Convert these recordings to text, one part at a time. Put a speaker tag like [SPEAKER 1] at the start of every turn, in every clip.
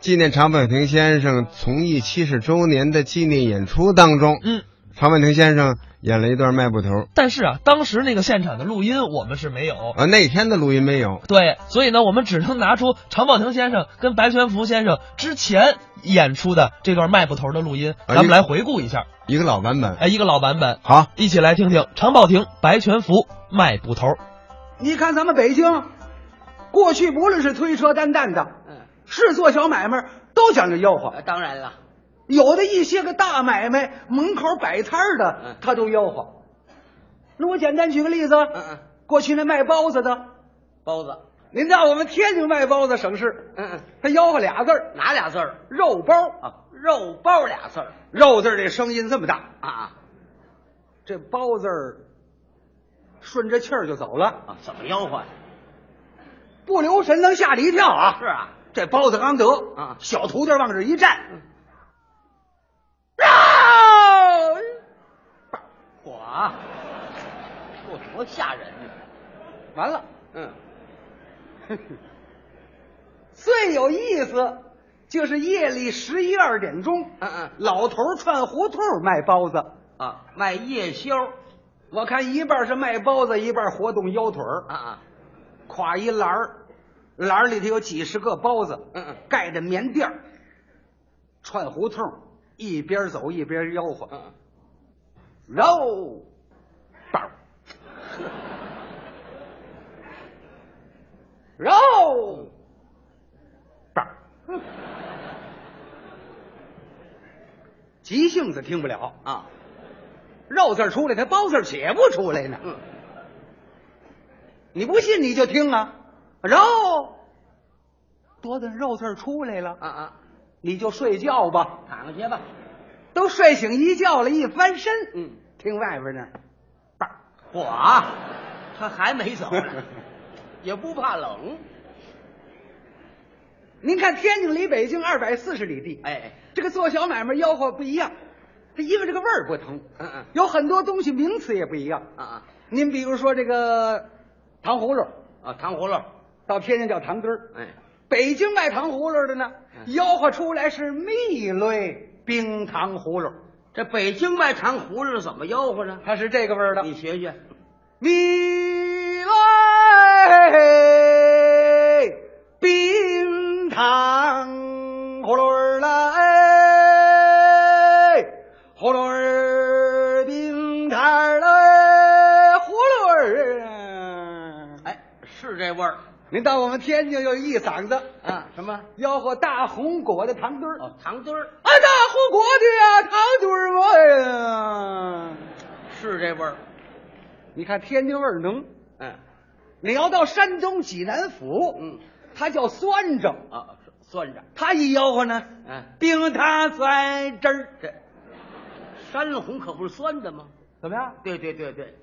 [SPEAKER 1] 纪念常本庭先生从艺七十周年的纪念演出当中，
[SPEAKER 2] 嗯，
[SPEAKER 1] 常本庭先生演了一段卖布头
[SPEAKER 2] 但是啊，当时那个现场的录音我们是没有。
[SPEAKER 1] 啊，那天的录音没有，
[SPEAKER 2] 对，所以呢，我们只能拿出常宝霆先生跟白全福先生之前演出的这段卖布头的录音，
[SPEAKER 1] 啊
[SPEAKER 2] 咱们
[SPEAKER 1] 一
[SPEAKER 2] 来回顾一下。
[SPEAKER 1] 一个老版本。
[SPEAKER 2] 哎，一个老版本，
[SPEAKER 1] 好，
[SPEAKER 2] 一起来听听常宝霆、白全福卖布头。
[SPEAKER 3] 你看咱们北京，过去不论是推车担担的，
[SPEAKER 4] 嗯，
[SPEAKER 3] 是做小买卖都讲究吆喝
[SPEAKER 4] 呃，当然了，
[SPEAKER 3] 有的一些个大买卖门口摆摊儿的
[SPEAKER 4] 嗯，
[SPEAKER 3] 他都吆喝。那我简单举个例子，
[SPEAKER 4] 嗯嗯，
[SPEAKER 3] 过去那卖包子的，
[SPEAKER 4] 包子，
[SPEAKER 3] 您到我们天津卖包子省市，
[SPEAKER 4] 嗯嗯，
[SPEAKER 3] 他吆喝俩字儿
[SPEAKER 4] 哪俩字儿
[SPEAKER 3] “肉包
[SPEAKER 4] 啊？肉包俩字儿”，
[SPEAKER 3] 肉字儿这声音这么大，
[SPEAKER 4] 啊啊
[SPEAKER 3] 这包字儿顺着气儿就走了，
[SPEAKER 4] 啊！怎么吆喝呀？
[SPEAKER 3] 不留神能吓你一跳啊！
[SPEAKER 4] 是啊，
[SPEAKER 3] 这包子刚得
[SPEAKER 4] 啊嗯
[SPEAKER 3] 小徒弟往这一站，啊！
[SPEAKER 4] 我啊，我多吓人呢。
[SPEAKER 3] 完了，
[SPEAKER 4] 嗯，
[SPEAKER 3] 最有意思就是夜里十一二点钟，
[SPEAKER 4] 嗯嗯
[SPEAKER 3] 老头儿串胡同儿卖包子，
[SPEAKER 4] 啊，卖夜宵
[SPEAKER 3] 我看一半是卖包子，一半活动腰腿儿，
[SPEAKER 4] 啊啊，
[SPEAKER 3] 挎一篮儿，篮儿里头有几十个包子，
[SPEAKER 4] 嗯嗯
[SPEAKER 3] 盖着棉垫儿，串胡同儿，一边走一边吆喝，
[SPEAKER 4] 嗯，
[SPEAKER 3] 肉包 儿，肉包儿。
[SPEAKER 4] 嗯
[SPEAKER 3] 急性子听不了，
[SPEAKER 4] 嗯啊，
[SPEAKER 3] 肉字儿出来，他包字儿写不出来呢。
[SPEAKER 4] 嗯，
[SPEAKER 3] 你不信你就听啊，肉，多的肉字儿出来了，
[SPEAKER 4] 啊啊，
[SPEAKER 3] 你就睡觉吧。
[SPEAKER 4] 躺下吧。
[SPEAKER 3] 都睡醒一觉了，一翻身，
[SPEAKER 4] 嗯，
[SPEAKER 3] 听外边那儿，叭儿
[SPEAKER 4] 我啊，他 还没走呢，也不怕冷。
[SPEAKER 3] 您看天津离北京二百四十里地，
[SPEAKER 4] 哎哎，
[SPEAKER 3] 这个做小买卖吆喝不一样，它因为这个味儿不同，
[SPEAKER 4] 嗯嗯
[SPEAKER 3] 有很多东西名词也不一样。
[SPEAKER 4] 啊啊
[SPEAKER 3] 您比如说这个糖葫芦，
[SPEAKER 4] 啊，糖葫芦，
[SPEAKER 3] 到天津叫糖墩儿，
[SPEAKER 4] 哎，
[SPEAKER 3] 北京卖糖葫芦的呢，
[SPEAKER 4] 嗯
[SPEAKER 3] 吆喝出来是蜜类冰糖葫芦，
[SPEAKER 4] 这北京卖糖葫芦怎么吆喝呢？
[SPEAKER 3] 它是这个味儿的
[SPEAKER 4] 你。学学。
[SPEAKER 3] 蜜来冰糖葫芦儿来，葫芦儿冰糖儿来，葫芦儿。
[SPEAKER 4] 哎，是这味儿
[SPEAKER 3] 您到我们天津有一嗓子
[SPEAKER 4] 啊？什么？
[SPEAKER 3] 吆喝大红果的糖墩儿，
[SPEAKER 4] 哦，糖墩儿
[SPEAKER 3] 啊，大红果的啊呀，糖墩儿我呀。
[SPEAKER 4] 是这味儿。
[SPEAKER 3] 你看天津味儿浓。
[SPEAKER 4] 嗯
[SPEAKER 3] 你要到山东济南府，
[SPEAKER 4] 嗯，
[SPEAKER 3] 它叫酸着，
[SPEAKER 4] 啊，算着，
[SPEAKER 3] 它一吆喝呢，
[SPEAKER 4] 嗯，
[SPEAKER 3] 冰糖酸汁儿，
[SPEAKER 4] 这山红可不是酸的吗？
[SPEAKER 3] 怎么样？
[SPEAKER 4] 对对对对，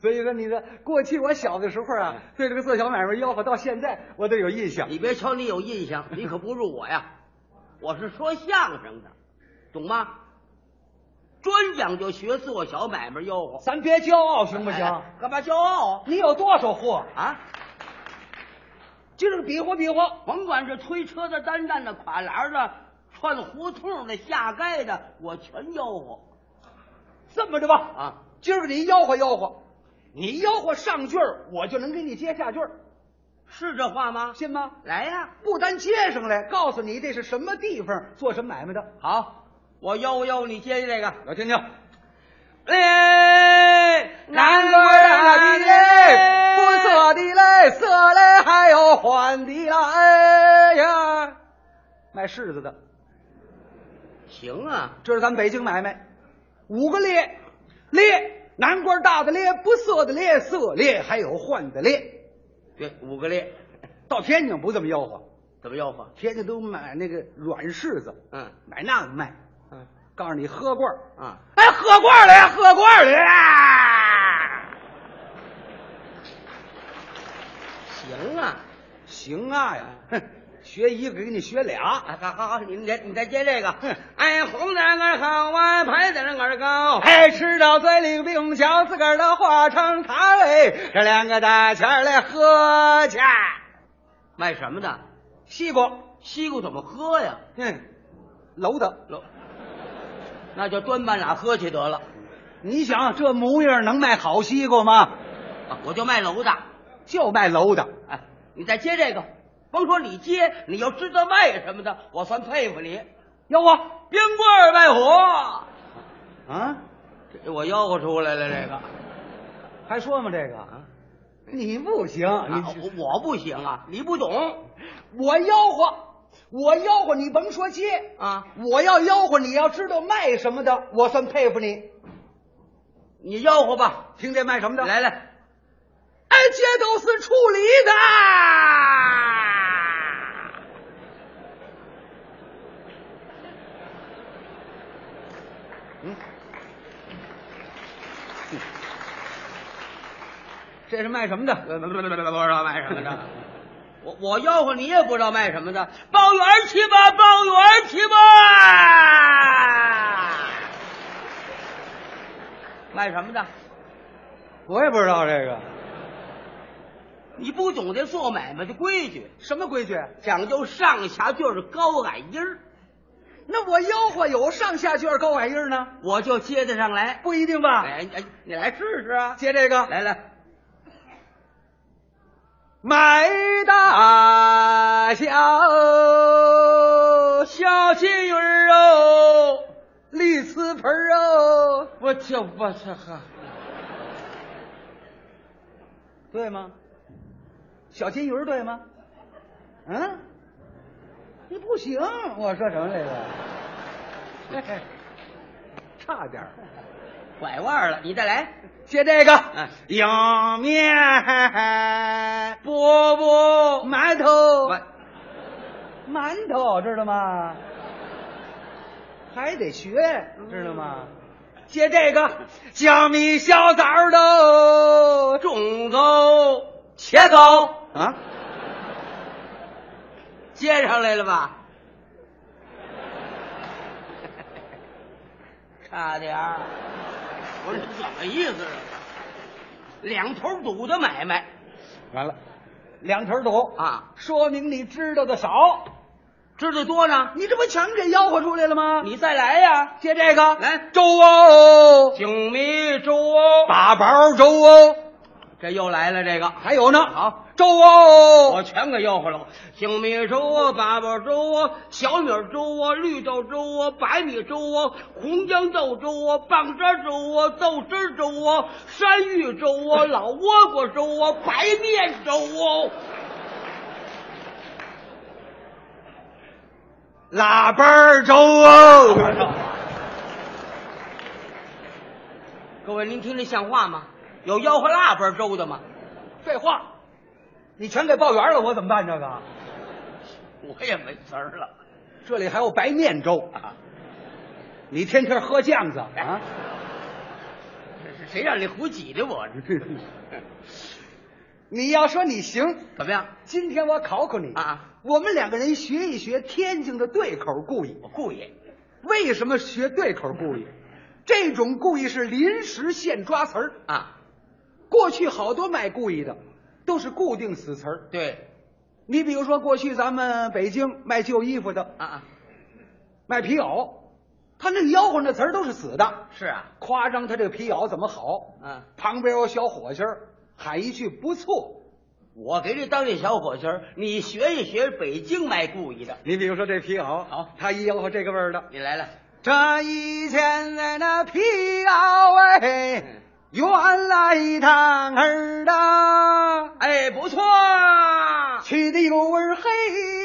[SPEAKER 3] 所以说，你的过去我小的时候啊，对这个做小买卖吆喝，到现在我都有印象。
[SPEAKER 4] 嗯你别瞧你有印象，你可不如我呀。我是说相声的，懂吗？专讲究学做小买卖吆喝，
[SPEAKER 3] 咱别骄傲行不行？
[SPEAKER 4] 哎干嘛骄傲
[SPEAKER 3] 你有多少货？
[SPEAKER 4] 啊？
[SPEAKER 3] 今儿比划比划，
[SPEAKER 4] 甭管是推车的、担担的、垮栏的、串胡同的、下街的，我全吆喝
[SPEAKER 3] 这么着吧，
[SPEAKER 4] 啊！
[SPEAKER 3] 今儿你吆喝吆喝，你吆喝上句儿，我就能给你接下句儿，
[SPEAKER 4] 是这话吗？
[SPEAKER 3] 信吗？
[SPEAKER 4] 来呀、
[SPEAKER 3] 不单接上来，告诉你这是什么地方，做什么买卖的。
[SPEAKER 4] 好，我吆吆你接下这个。
[SPEAKER 3] 我听听。
[SPEAKER 4] 哎，
[SPEAKER 3] 南哥
[SPEAKER 4] 南哥
[SPEAKER 3] 大的
[SPEAKER 4] 大
[SPEAKER 3] 啊嘞
[SPEAKER 4] 的，
[SPEAKER 3] 不
[SPEAKER 4] 嘞，
[SPEAKER 3] 错的嘞，色嘞还有换的啦，哎呀，卖柿子的，
[SPEAKER 4] 不行啊，
[SPEAKER 3] 这是咱们北京买卖，五个列，列南瓜大的列，不色的列，色列还有换的列。
[SPEAKER 4] 对，五个列，
[SPEAKER 3] 到天津不这么吆喝，
[SPEAKER 4] 怎么吆喝？
[SPEAKER 3] 天津都买那个软柿子，
[SPEAKER 4] 嗯
[SPEAKER 3] 买那个卖，
[SPEAKER 4] 嗯
[SPEAKER 3] 告诉你喝罐儿，
[SPEAKER 4] 啊，
[SPEAKER 3] 哎，喝罐儿了呀，喝罐儿了呀，
[SPEAKER 4] 行啊，
[SPEAKER 3] 行啊呀，哼，学一个给你学俩。
[SPEAKER 4] 啊好好好，你你再你再接这个。哎，红的儿好啊，白的儿高，
[SPEAKER 3] 哎，吃到嘴里冰小自个儿都化成糖哎，这两个大钱儿来喝去。
[SPEAKER 4] 卖什么的？
[SPEAKER 3] 西瓜，
[SPEAKER 4] 西瓜怎么喝呀？
[SPEAKER 3] 嗯，楼的，
[SPEAKER 4] 喽，那就端半拉喝去得了。
[SPEAKER 3] 你想这模样能卖好西瓜吗？
[SPEAKER 4] 啊我就卖楼的。
[SPEAKER 3] 就卖楼的，
[SPEAKER 4] 哎，你再接这个，甭说你接，你要知道卖什么的，我算佩服你。
[SPEAKER 3] 吆喝
[SPEAKER 4] 冰棍儿卖火，
[SPEAKER 3] 啊！
[SPEAKER 4] 这我吆喝出来了这个。
[SPEAKER 3] 还说吗？这个，啊你不行，
[SPEAKER 4] 啊
[SPEAKER 3] 你
[SPEAKER 4] 我我不行啊，你不懂
[SPEAKER 3] 我吆喝，我吆喝，你甭说接，
[SPEAKER 4] 啊。
[SPEAKER 3] 我要吆喝，你要知道卖什么的，我算佩服你。
[SPEAKER 4] 你吆喝吧，
[SPEAKER 3] 听见卖什么的？
[SPEAKER 4] 来来，
[SPEAKER 3] 哎，这都是处理的。
[SPEAKER 4] 这是卖什么的？ 不知道卖什么的。我我吆喝你也不知道卖什么的，包圆儿去吧，包圆儿去吧。卖什么的？
[SPEAKER 3] 我也不知道这个
[SPEAKER 4] 你不懂得做买卖的规矩，
[SPEAKER 3] 什么规矩，
[SPEAKER 4] 讲究上下句儿高矮音儿，
[SPEAKER 3] 那我吆喝有上下句儿高矮音儿呢？
[SPEAKER 4] 我就接得上来。
[SPEAKER 3] 不一定吧？
[SPEAKER 4] 哎哎，你来试试啊！
[SPEAKER 3] 接这个，
[SPEAKER 4] 来来，
[SPEAKER 3] 买大小小金鱼儿哦，绿瓷盆儿哦，
[SPEAKER 4] 我这我这哈，
[SPEAKER 3] 对吗？小金鱼儿对吗？嗯，你不行，我说什么这个？嘿嘿差点儿
[SPEAKER 4] 拐弯了，你再来。
[SPEAKER 3] 接这个，
[SPEAKER 4] 哎
[SPEAKER 3] 莜面、饽饽、馒头
[SPEAKER 4] 我
[SPEAKER 3] 馒头，哦知道吗？还得学，知道吗？接这个小米、小枣儿的
[SPEAKER 4] 粽子、茄子
[SPEAKER 3] 啊，
[SPEAKER 4] 接上来了吧？差点儿，我说怎么意思啊？两头堵的买卖
[SPEAKER 3] 完了，两头堵啊，
[SPEAKER 4] 啊，
[SPEAKER 3] 说明你知道的少。
[SPEAKER 4] 知道多呢，
[SPEAKER 3] 你这不全给吆喝出来了吗？
[SPEAKER 4] 你再来呀。
[SPEAKER 3] 啊接这个
[SPEAKER 4] 来
[SPEAKER 3] 粥哦，
[SPEAKER 4] 井米粥哦，
[SPEAKER 3] 八宝粥哦，
[SPEAKER 4] 这又来了这个，
[SPEAKER 3] 还有呢，
[SPEAKER 4] 好，
[SPEAKER 3] 粥哦，
[SPEAKER 4] 我全给吆喝了。井米粥啊，八宝粥啊，小米粥啊，绿豆粥啊，白米粥啊，红豇豆粥啊，棒渣粥啊，豆汁粥啊，山芋粥啊，老倭瓜粥啊，白面粥哦。
[SPEAKER 3] 喇叭粥
[SPEAKER 4] 啊
[SPEAKER 3] 哦，
[SPEAKER 4] 各位，您听这像话吗？有吆喝腊八粥的吗？
[SPEAKER 3] 废话，你全给报圆了，我怎么办这个？
[SPEAKER 4] 我也没词儿了。
[SPEAKER 3] 这里还有白面粥啊！你天天喝酱子啊？
[SPEAKER 4] 这是谁让你胡挤的我？
[SPEAKER 3] 你要说你行，
[SPEAKER 4] 怎么样？
[SPEAKER 3] 今天我考考你
[SPEAKER 4] 啊！
[SPEAKER 3] 我们两个人学一学天津的对口故意。
[SPEAKER 4] 我故意。
[SPEAKER 3] 为什么学对口故意？这种故意是临时现抓词儿。
[SPEAKER 4] 啊，
[SPEAKER 3] 过去好多卖故意的都是固定死词儿。
[SPEAKER 4] 对，
[SPEAKER 3] 你比如说，过去咱们北京卖旧衣服的、
[SPEAKER 4] 啊啊，
[SPEAKER 3] 卖皮袄，他那个吆喝那词儿都是死的，
[SPEAKER 4] 是啊，
[SPEAKER 3] 夸张他这个皮袄怎么好。
[SPEAKER 4] 啊，
[SPEAKER 3] 旁边有小伙计儿喊一句“不错
[SPEAKER 4] 我给这当这小伙计儿，你学一学北京卖故意的”。，
[SPEAKER 3] 你比如说这皮袄，啊
[SPEAKER 4] 好，
[SPEAKER 3] 他一吆喝这个味儿的，
[SPEAKER 4] 你来了，
[SPEAKER 3] 这以前的那皮袄哎，原来他儿的，
[SPEAKER 4] 哎，不错啊，
[SPEAKER 3] 去的油儿黑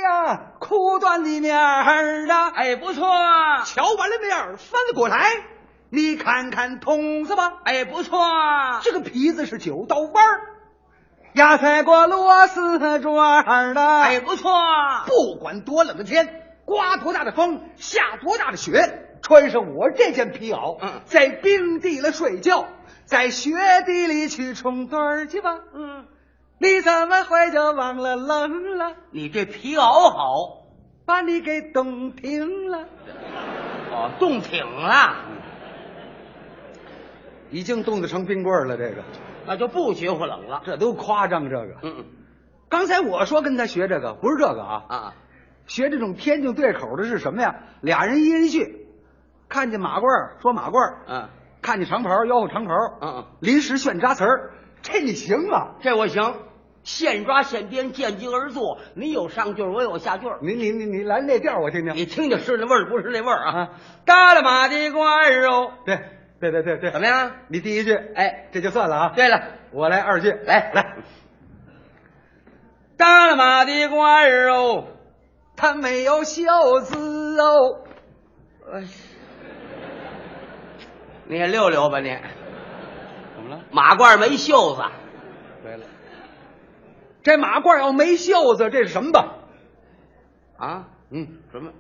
[SPEAKER 3] 呀、裤缎的面儿的，
[SPEAKER 4] 哎，不错啊，
[SPEAKER 3] 瞧完了面儿翻过来，你看看筒子吧，
[SPEAKER 4] 哎，不错啊，
[SPEAKER 3] 这个皮子是九道弯儿，压塞过螺丝转儿的，
[SPEAKER 4] 哎，不错啊，
[SPEAKER 3] 不管多冷的天，刮多大的风，下多大的雪，穿上我这件皮袄，
[SPEAKER 4] 嗯
[SPEAKER 3] 在冰地里睡觉，在雪地里去冲盹儿去吧。
[SPEAKER 4] 嗯，
[SPEAKER 3] 你怎么会就忘了冷了，
[SPEAKER 4] 你这皮袄好，
[SPEAKER 3] 把你给冻停了？
[SPEAKER 4] 哦，冻挺啊了，
[SPEAKER 3] 已经冻得成冰棍了，这个
[SPEAKER 4] 那就不学乎冷了。
[SPEAKER 3] 这都夸张，这个。
[SPEAKER 4] 嗯嗯
[SPEAKER 3] 刚才我说跟他学这个，不是这个啊，
[SPEAKER 4] 啊，
[SPEAKER 3] 学这种天津对口的是什么呀？俩人一人续，看见马褂儿说马褂儿，
[SPEAKER 4] 啊
[SPEAKER 3] 看见长袍吆喝长袍，
[SPEAKER 4] 嗯嗯，
[SPEAKER 3] 临时炫扎词儿，这你行啊吗？
[SPEAKER 4] 这我行，现抓现编，见机而作。你有上句儿，我有下句儿。
[SPEAKER 3] 你你你你来那调儿我听听。
[SPEAKER 4] 你听听是那味儿不是那味儿
[SPEAKER 3] 啊
[SPEAKER 4] 啊？搭了马的官肉，
[SPEAKER 3] 对对对对对，
[SPEAKER 4] 怎么样？
[SPEAKER 3] 你第一句，
[SPEAKER 4] 哎，
[SPEAKER 3] 这就算了啊。
[SPEAKER 4] 对了，
[SPEAKER 3] 我来二句，
[SPEAKER 4] 来来，搭了马的官哦肉，
[SPEAKER 3] 他没有袖子哦。
[SPEAKER 4] 哎，你也溜溜吧你，
[SPEAKER 3] 怎么了？
[SPEAKER 4] 马褂没袖子，
[SPEAKER 3] 对了，这马褂要没袖子，这是什么吧？
[SPEAKER 4] 啊，
[SPEAKER 3] 嗯，
[SPEAKER 4] 什么？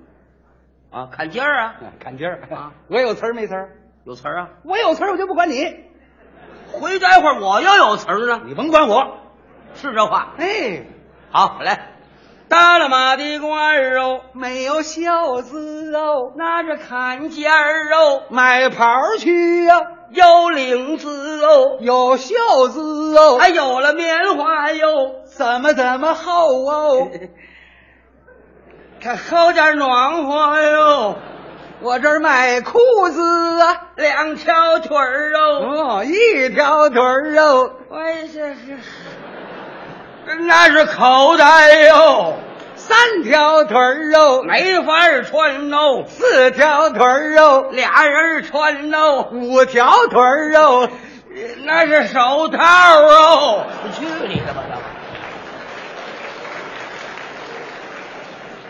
[SPEAKER 4] 啊，坎肩儿啊，
[SPEAKER 3] 看今儿
[SPEAKER 4] 啊，
[SPEAKER 3] 我有词儿没词儿？
[SPEAKER 4] 有词儿啊。
[SPEAKER 3] 我有词儿，我就不管你，
[SPEAKER 4] 回待会儿我要有词儿呢，
[SPEAKER 3] 你甭管我。
[SPEAKER 4] 是这话。
[SPEAKER 3] 哎，
[SPEAKER 4] 好，来，搭了马的官肉，
[SPEAKER 3] 没有袖子哦，
[SPEAKER 4] 拿着坎肩儿肉，
[SPEAKER 3] 买袍去呀、
[SPEAKER 4] 有领子哦，
[SPEAKER 3] 有袖子哦，
[SPEAKER 4] 还，有了棉花哟，
[SPEAKER 3] 怎么怎么厚 哦，
[SPEAKER 4] 看好点儿暖和哟，
[SPEAKER 3] 我这儿卖裤子啊，
[SPEAKER 4] 两条腿儿哦，
[SPEAKER 3] 哦，一条腿儿哦，
[SPEAKER 4] 我也是，那是口袋哟，
[SPEAKER 3] 三条腿儿哦，
[SPEAKER 4] 没法儿穿哦，
[SPEAKER 3] 四条腿儿哦，
[SPEAKER 4] 俩人儿穿哦。
[SPEAKER 3] 五条腿儿哦，
[SPEAKER 4] 那是手套哦！去你的吧！这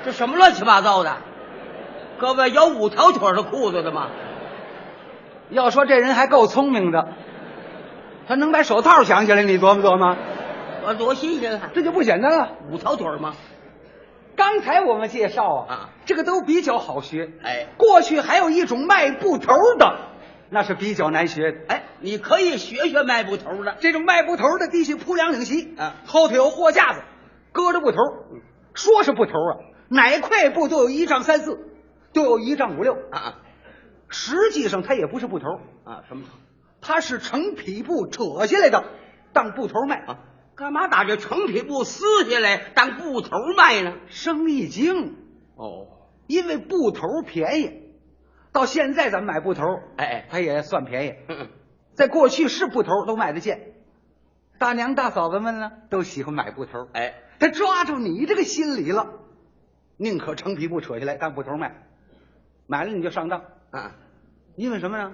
[SPEAKER 4] 这什么乱七八糟的？各位有五条腿的裤子的吗？
[SPEAKER 3] 要说这人还够聪明的，他能把手套想起来，你琢磨琢磨，
[SPEAKER 4] 我多新鲜啊！
[SPEAKER 3] 这就不简单了。
[SPEAKER 4] 五条腿吗？
[SPEAKER 3] 刚才我们介绍啊，
[SPEAKER 4] 啊
[SPEAKER 3] 这个都比较好学。
[SPEAKER 4] 哎
[SPEAKER 3] 过去还有一种迈步头的，那是比较难学的。
[SPEAKER 4] 哎，你可以学学迈步头的。
[SPEAKER 3] 这种迈步头的，低去铺两领席，
[SPEAKER 4] 啊
[SPEAKER 3] 后头有货架子，搁着布头。说是布头啊，哪块布都有一丈三四，都有一丈五六。
[SPEAKER 4] 啊
[SPEAKER 3] 实际上它也不是布头，
[SPEAKER 4] 啊！什么？
[SPEAKER 3] 它是成匹布扯下来的，当布头卖
[SPEAKER 4] 啊。干嘛把这成匹布撕下来当布头卖呢？
[SPEAKER 3] 生意经，
[SPEAKER 4] 哦，
[SPEAKER 3] 因为布头便宜，到现在咱们买布头，
[SPEAKER 4] 哎
[SPEAKER 3] 它也算便宜。
[SPEAKER 4] 哎，
[SPEAKER 3] 在过去是布头都买得见，大娘大嫂子们呢都喜欢买布头。
[SPEAKER 4] 哎，
[SPEAKER 3] 他抓住你这个心理了，宁可成皮布扯下来当布头卖，买了你就上当，
[SPEAKER 4] 啊，
[SPEAKER 3] 因为什么呢？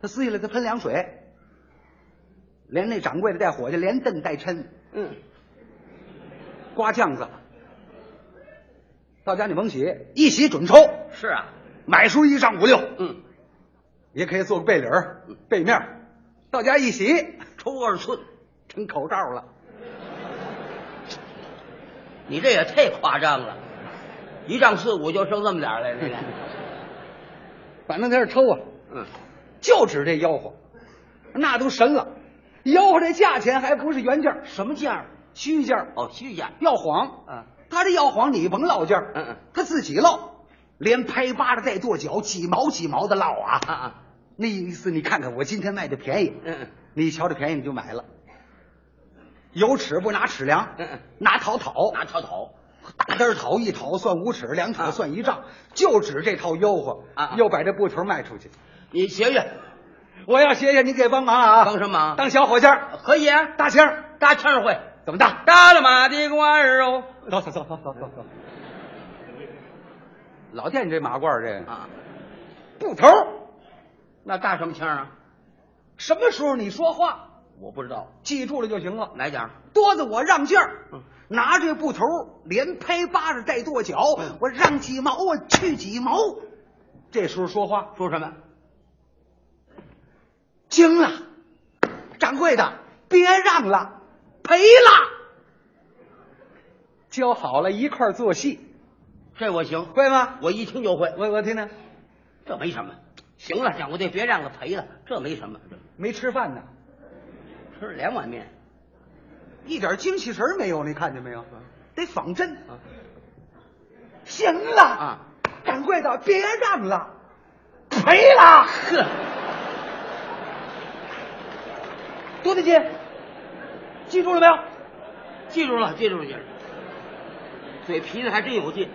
[SPEAKER 3] 他撕下来他喷凉水，连那掌柜的带伙计，连蹬带抻，
[SPEAKER 4] 嗯，
[SPEAKER 3] 刮酱子。到家你甭洗，一洗准抽，
[SPEAKER 4] 是啊，
[SPEAKER 3] 买书一丈五六，
[SPEAKER 4] 嗯，
[SPEAKER 3] 也可以做个背领儿、背面儿。到家一洗，
[SPEAKER 4] 抽二寸，
[SPEAKER 3] 成口罩了。
[SPEAKER 4] 你这也太夸张了，一丈四五就剩这么点儿来了， 现在
[SPEAKER 3] 反正他是抽啊，
[SPEAKER 4] 嗯，
[SPEAKER 3] 就指这吆喝，那都神了。吆喝这价钱还不是原价，
[SPEAKER 4] 什么价儿？
[SPEAKER 3] 虚价，
[SPEAKER 4] 哦，虚价。
[SPEAKER 3] 要谎。
[SPEAKER 4] 啊，
[SPEAKER 3] 他这要谎，你甭落价，
[SPEAKER 4] 嗯嗯，
[SPEAKER 3] 他自己落，连拍巴掌带跺脚，几毛几毛的落
[SPEAKER 4] 啊
[SPEAKER 3] 啊。
[SPEAKER 4] 啊，
[SPEAKER 3] 那意思你看看，我今天卖的便宜，
[SPEAKER 4] 嗯嗯，
[SPEAKER 3] 你瞧着便宜你就买了。有尺不拿尺量
[SPEAKER 4] 嗯嗯，
[SPEAKER 3] 拿讨讨，
[SPEAKER 4] 拿绦头，
[SPEAKER 3] 大根儿讨一讨算五尺，两讨
[SPEAKER 4] 啊
[SPEAKER 3] 算一丈，就指这套吆喝
[SPEAKER 4] 啊啊
[SPEAKER 3] 又把这布头卖出去。
[SPEAKER 4] 你学学，
[SPEAKER 3] 我要谢谢你给帮忙了啊！
[SPEAKER 4] 帮什么忙
[SPEAKER 3] 当小伙计儿，
[SPEAKER 4] 可以啊，
[SPEAKER 3] 搭腔儿
[SPEAKER 4] 搭腔儿会，
[SPEAKER 3] 怎么搭？
[SPEAKER 4] 搭了马的瓜儿哦。
[SPEAKER 3] 走走走走走走走。老见你这马褂儿这
[SPEAKER 4] 啊，
[SPEAKER 3] 布头儿，
[SPEAKER 4] 那搭什么腔儿啊？
[SPEAKER 3] 什么时候你说话
[SPEAKER 4] 我不知道，
[SPEAKER 3] 记住了就行了。
[SPEAKER 4] 哪讲？
[SPEAKER 3] 多的我让劲儿
[SPEAKER 4] 嗯，
[SPEAKER 3] 拿这布头儿连拍巴掌带跺脚，我让几毛我去几毛。这时候说话
[SPEAKER 4] 说什么？
[SPEAKER 3] 惊了，掌柜的别让了，赔了。教好了一块儿做戏，
[SPEAKER 4] 这我行，
[SPEAKER 3] 会吗？
[SPEAKER 4] 我一听就会，
[SPEAKER 3] 我我听听，
[SPEAKER 4] 这没什么。行了，掌柜的，别让了，赔了，这没什么。
[SPEAKER 3] 没吃饭呢，
[SPEAKER 4] 这吃了两碗面，
[SPEAKER 3] 一点精气神儿没有，你看见没有？得仿真
[SPEAKER 4] 啊。
[SPEAKER 3] 行了
[SPEAKER 4] 啊，
[SPEAKER 3] 掌柜的，别让了，赔了，
[SPEAKER 4] 呵，
[SPEAKER 3] 多大劲？记住了没有？
[SPEAKER 4] 记住了，记住了，记住了。嘴皮子还真有劲，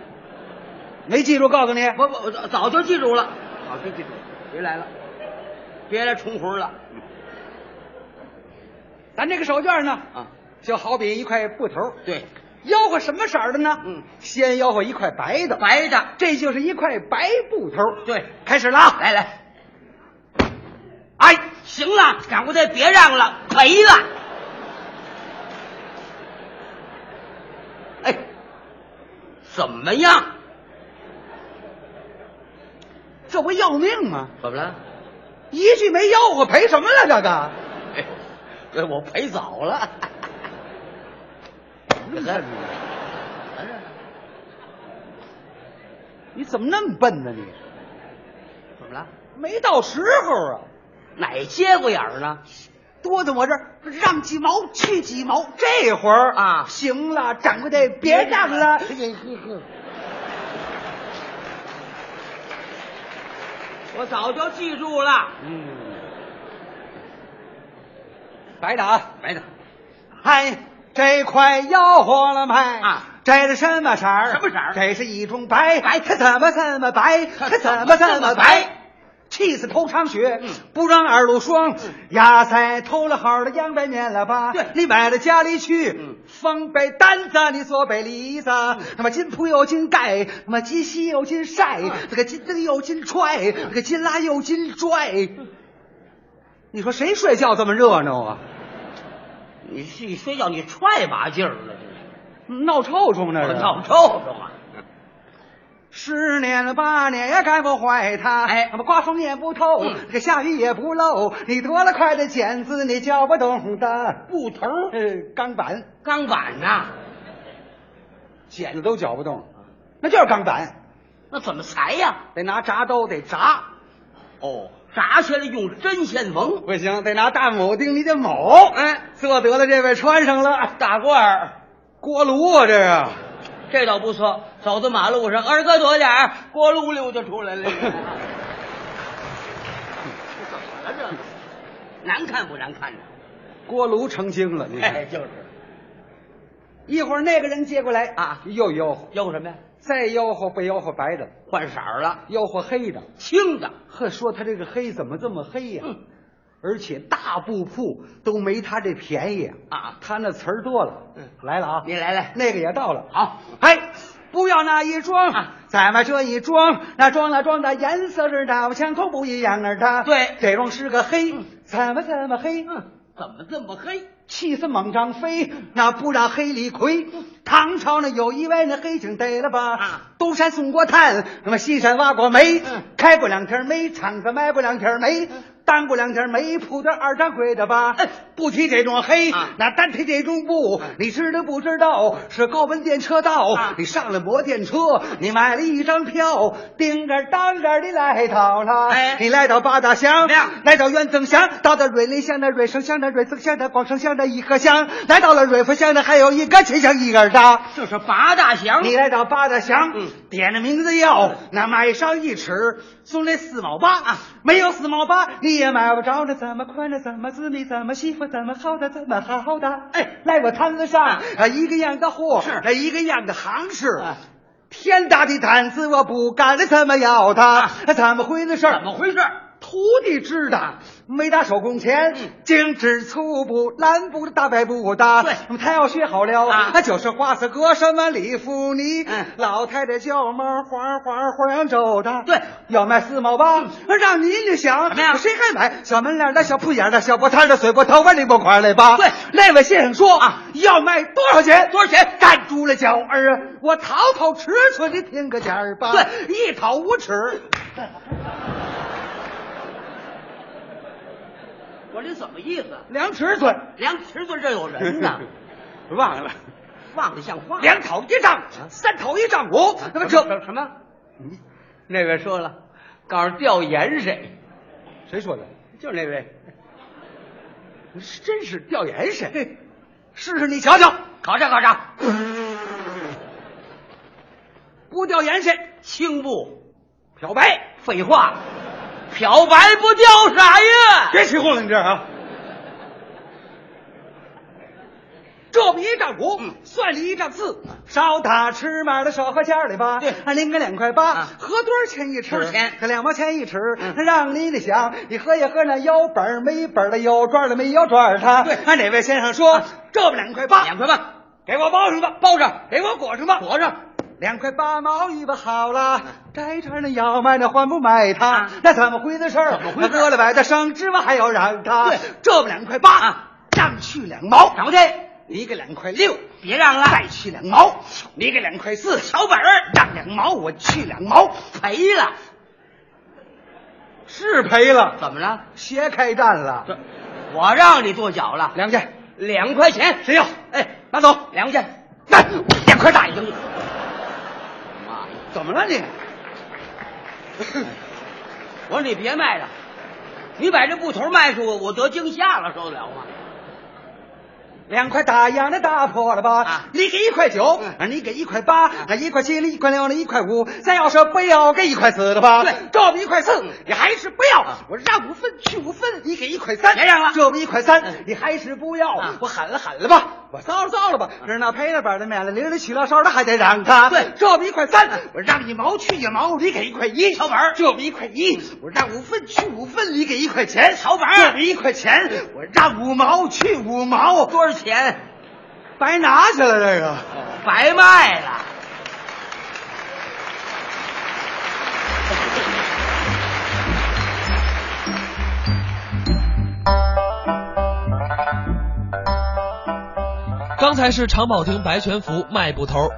[SPEAKER 3] 没记住，告诉你，
[SPEAKER 4] 我我我早就记住了，早就记住了。别来了，别来重魂了
[SPEAKER 3] 咱这个手绢呢，
[SPEAKER 4] 啊！
[SPEAKER 3] 就好比一块布头，
[SPEAKER 4] 对，
[SPEAKER 3] 吆喝什么色儿的呢？
[SPEAKER 4] 嗯，
[SPEAKER 3] 先吆喝一块白的，
[SPEAKER 4] 白的，
[SPEAKER 3] 这就是一块白布头。
[SPEAKER 4] 对，
[SPEAKER 3] 开始了啊！
[SPEAKER 4] 来来。哎，行了，赶快再别让了，赔了。哎，怎么样？
[SPEAKER 3] 这不要命吗？
[SPEAKER 4] 怎么了？
[SPEAKER 3] 一句没吆喝，赔什么了？这个
[SPEAKER 4] 哎，对我赔早了。
[SPEAKER 3] 你怎么那么笨呢？你
[SPEAKER 4] 怎么了？
[SPEAKER 3] 没到时候啊！
[SPEAKER 4] 哪节骨眼儿呢？
[SPEAKER 3] 多的我这儿让几毛去几毛，这会儿
[SPEAKER 4] 啊
[SPEAKER 3] 行了，掌柜的别让了，
[SPEAKER 4] 我早就记住了。
[SPEAKER 3] 白的啊！
[SPEAKER 4] 白的，
[SPEAKER 3] 嗨，这块吆喝了没？
[SPEAKER 4] 啊，
[SPEAKER 3] 这是什么色儿？
[SPEAKER 4] 什么色儿
[SPEAKER 3] 这是一种白，
[SPEAKER 4] 白
[SPEAKER 3] 可怎么怎么白，
[SPEAKER 4] 可
[SPEAKER 3] 可
[SPEAKER 4] 怎
[SPEAKER 3] 怎
[SPEAKER 4] 么
[SPEAKER 3] 么
[SPEAKER 4] 这
[SPEAKER 3] 怎
[SPEAKER 4] 么
[SPEAKER 3] 么
[SPEAKER 4] 白
[SPEAKER 3] 白。气死头场雪，
[SPEAKER 4] 嗯
[SPEAKER 3] 不让二路霜。呀塞，偷了好的洋白面了吧？
[SPEAKER 4] 对
[SPEAKER 3] 你买到家里去。
[SPEAKER 4] 嗯
[SPEAKER 3] 方北单子，你做北梨子，那么金铺又金盖，那么金西又金晒，
[SPEAKER 4] 嗯
[SPEAKER 3] 这个金灯又金踹，这个金拉又金拽。
[SPEAKER 4] 嗯
[SPEAKER 3] 你说谁睡觉这么热闹啊？
[SPEAKER 4] 你去睡觉，你踹把劲儿了，
[SPEAKER 3] 闹臭虫那
[SPEAKER 4] 这
[SPEAKER 3] 是
[SPEAKER 4] 是啊闹臭的嘛？
[SPEAKER 3] 十年八年也改不坏它，
[SPEAKER 4] 哎
[SPEAKER 3] 那么刮风也不透，
[SPEAKER 4] 嗯
[SPEAKER 3] 这个下雨也不漏，你多了块的剪子，你搅不动的。
[SPEAKER 4] 布头儿
[SPEAKER 3] 呃，钢板
[SPEAKER 4] 钢板呐，
[SPEAKER 3] 剪子都搅不动，那就是钢板，
[SPEAKER 4] 那怎么裁呀？
[SPEAKER 3] 得拿铡刀得铡，
[SPEAKER 4] 哦，炸起来用针线缝，
[SPEAKER 3] 不行，得拿大铆钉，你得铆。
[SPEAKER 4] 哎，
[SPEAKER 3] 这得了，这位穿上了
[SPEAKER 4] 大褂儿，
[SPEAKER 3] 锅炉啊，这是。
[SPEAKER 4] 这倒不错。走在马路上，二哥躲点儿，锅噜溜就出来了。 怎么了这？难看不难看呢？
[SPEAKER 3] 锅炉成精了，你看、
[SPEAKER 4] 哎，就是
[SPEAKER 3] 一会儿那个人接过来
[SPEAKER 4] 啊
[SPEAKER 3] 又吆喝，
[SPEAKER 4] 吆喝什么呀？
[SPEAKER 3] 再吆喝不吆喝白的，
[SPEAKER 4] 换色儿了，
[SPEAKER 3] 吆喝黑的，
[SPEAKER 4] 青的。
[SPEAKER 3] 呵，说他这个黑怎么这么黑呀、
[SPEAKER 4] 嗯
[SPEAKER 3] 而且大布铺都没他这便宜
[SPEAKER 4] 啊
[SPEAKER 3] 他那词儿多了。
[SPEAKER 4] 嗯
[SPEAKER 3] 来了啊，
[SPEAKER 4] 你来来
[SPEAKER 3] 那个也到了。
[SPEAKER 4] 好，
[SPEAKER 3] 哎，不要那一装，
[SPEAKER 4] 啊
[SPEAKER 3] 咱们这一装，那装了装的颜色是哪不相同不一样儿的。
[SPEAKER 4] 对
[SPEAKER 3] 这装是个黑，怎么怎么黑？
[SPEAKER 4] 嗯，怎么这么黑？
[SPEAKER 3] 气死猛张飞，那不让黑李逵。唐朝呢有一位那黑警逮了吧，
[SPEAKER 4] 啊
[SPEAKER 3] 东山送过炭，那么西山挖过煤，
[SPEAKER 4] 嗯
[SPEAKER 3] 开过两天煤厂子，卖过两天煤，当过两天煤铺的二掌柜的吧。
[SPEAKER 4] 哎
[SPEAKER 3] 不提这种黑，
[SPEAKER 4] 啊嗯
[SPEAKER 3] 那单提这种布，你知道不知道？是高温电车道，
[SPEAKER 4] 啊
[SPEAKER 3] 你上了摩电车，你买了一张票，叮个当个的来到了，
[SPEAKER 4] 哎
[SPEAKER 3] 你来到八大乡
[SPEAKER 4] 亮，
[SPEAKER 3] 来到远增乡，到了瑞丽乡的瑞生乡的瑞增乡的广生乡的颐和乡，来到了瑞福乡的还有一个秦香一个的。
[SPEAKER 4] 这是八大祥。
[SPEAKER 3] 你来到八大祥，
[SPEAKER 4] 嗯
[SPEAKER 3] 点了名字要那买上一尺，送来四毛八啊，没有四毛八你也买不着那怎么宽的，怎么滋密，怎么媳妇，怎么好的，怎么好的？
[SPEAKER 4] 哎，
[SPEAKER 3] 来我摊子上
[SPEAKER 4] 啊
[SPEAKER 3] 啊，一个样的货
[SPEAKER 4] 是
[SPEAKER 3] 那一个样的行市。
[SPEAKER 4] 啊
[SPEAKER 3] 天大的胆子，我不敢那怎么要他？那怎么回的事儿？
[SPEAKER 4] 啊怎么回事？
[SPEAKER 3] 徒弟知道，没打手工钱，
[SPEAKER 4] 嗯
[SPEAKER 3] 精致粗布、蓝布、大白布的。
[SPEAKER 4] 对
[SPEAKER 3] 那么他要学好了
[SPEAKER 4] 啊
[SPEAKER 3] 就是花色哥什么李福尼，
[SPEAKER 4] 嗯
[SPEAKER 3] 老太太叫猫花花花扬州的。
[SPEAKER 4] 对，
[SPEAKER 3] 要卖四毛八，让您就想
[SPEAKER 4] 怎么样
[SPEAKER 3] 谁还买？小门脸的小铺眼的小波摊的水波头发，你不块来吧？
[SPEAKER 4] 对
[SPEAKER 3] 那位先生说啊，要卖多少钱？
[SPEAKER 4] 多少钱？
[SPEAKER 3] 站住了脚儿啊！我讨讨尺寸，你听个价儿吧。
[SPEAKER 4] 对，
[SPEAKER 3] 一讨五尺。
[SPEAKER 4] 我这什么意思？
[SPEAKER 3] 量尺寸，
[SPEAKER 4] 量尺寸这有人 呢，
[SPEAKER 3] 忘了
[SPEAKER 4] 忘了像话。
[SPEAKER 3] 两讨一丈，三讨一丈五。那么这
[SPEAKER 4] 什啊哦么？那位说了，告诉调研谁？
[SPEAKER 3] 谁说的？
[SPEAKER 4] 就那位，
[SPEAKER 3] 真是掉眼神。试试你瞧瞧，
[SPEAKER 4] 考察考 察。
[SPEAKER 3] 不掉眼神，
[SPEAKER 4] 青布，
[SPEAKER 3] 漂白。
[SPEAKER 4] 废话，漂白不掉色呀。
[SPEAKER 3] 别起哄了，你这啊！这笔一丈五，
[SPEAKER 4] 嗯
[SPEAKER 3] 算力一丈四，少打吃满了手和馅儿里吧。
[SPEAKER 4] 对
[SPEAKER 3] 啊，您给两块八，
[SPEAKER 4] 啊
[SPEAKER 3] 合多少钱一尺？
[SPEAKER 4] 多少钱
[SPEAKER 3] 给两毛钱一尺，
[SPEAKER 4] 嗯
[SPEAKER 3] 让你得想，你喝也喝那腰本儿没本儿的，有转儿的没有转儿的。
[SPEAKER 4] 对
[SPEAKER 3] 看哪位先生说，啊这么两块八，
[SPEAKER 4] 啊
[SPEAKER 3] 啊
[SPEAKER 4] 两块半。
[SPEAKER 3] 给我包上吧，包上，给我裹上吧，
[SPEAKER 4] 裹上。嗯
[SPEAKER 3] 两块八毛一吧，好了，摘成那要卖那还不卖它，那怎么回的事儿？
[SPEAKER 4] 啊怎么回事儿
[SPEAKER 3] 割了白的生芝麻还要让它，
[SPEAKER 4] 对
[SPEAKER 3] 这么两块八，
[SPEAKER 4] 啊
[SPEAKER 3] 上去两毛，
[SPEAKER 4] 然后这
[SPEAKER 3] 你给两块六，
[SPEAKER 4] 别让了，
[SPEAKER 3] 再去两毛，你给两块四，
[SPEAKER 4] 小本儿
[SPEAKER 3] 让两毛，我去两毛，
[SPEAKER 4] 赔了，
[SPEAKER 3] 是赔了，
[SPEAKER 4] 怎么了？
[SPEAKER 3] 鞋开战了，
[SPEAKER 4] 这我让你跺脚了，
[SPEAKER 3] 两件，
[SPEAKER 4] 两块钱
[SPEAKER 3] 谁要？
[SPEAKER 4] 哎，
[SPEAKER 3] 拿走，
[SPEAKER 4] 两块钱，
[SPEAKER 3] 来，两块大一个，
[SPEAKER 4] 妈呀！哎
[SPEAKER 3] 怎么了你？
[SPEAKER 4] 我说你别卖了，你把这布头卖出我，我得惊吓了，受得了吗？
[SPEAKER 3] 两块大洋的打破了吧？
[SPEAKER 4] 啊
[SPEAKER 3] 你给一块九，
[SPEAKER 4] 嗯
[SPEAKER 3] 啊，你给一块八，啊，一块七了，一块六了，一块五。再要是不要，给一块四了吧？
[SPEAKER 4] 对嗯
[SPEAKER 3] 这么一块四，你还是不要
[SPEAKER 4] 啊。
[SPEAKER 3] 我让五分去五分，你给一块三，
[SPEAKER 4] 别让了
[SPEAKER 3] 这么一块三
[SPEAKER 4] 嗯，
[SPEAKER 3] 你还是不要
[SPEAKER 4] 啊。嗯
[SPEAKER 3] 我喊了喊了吧，我糟了糟了吧，热闹赔了本的免了零的取了烧的还得让他。
[SPEAKER 4] 对
[SPEAKER 3] 啊
[SPEAKER 4] 嗯
[SPEAKER 3] 这么一块三，我让一毛去一毛，你给一块一。
[SPEAKER 4] 小本儿嗯
[SPEAKER 3] 这么一块一，我让五分去五分，你给一块钱。
[SPEAKER 4] 小本儿嗯
[SPEAKER 3] 这么一块钱，我让五毛去五毛。
[SPEAKER 4] 多少钱？哦
[SPEAKER 3] 白拿去了这个。
[SPEAKER 4] 白卖了。
[SPEAKER 2] 刚才是常宝霆、白全福卖布头，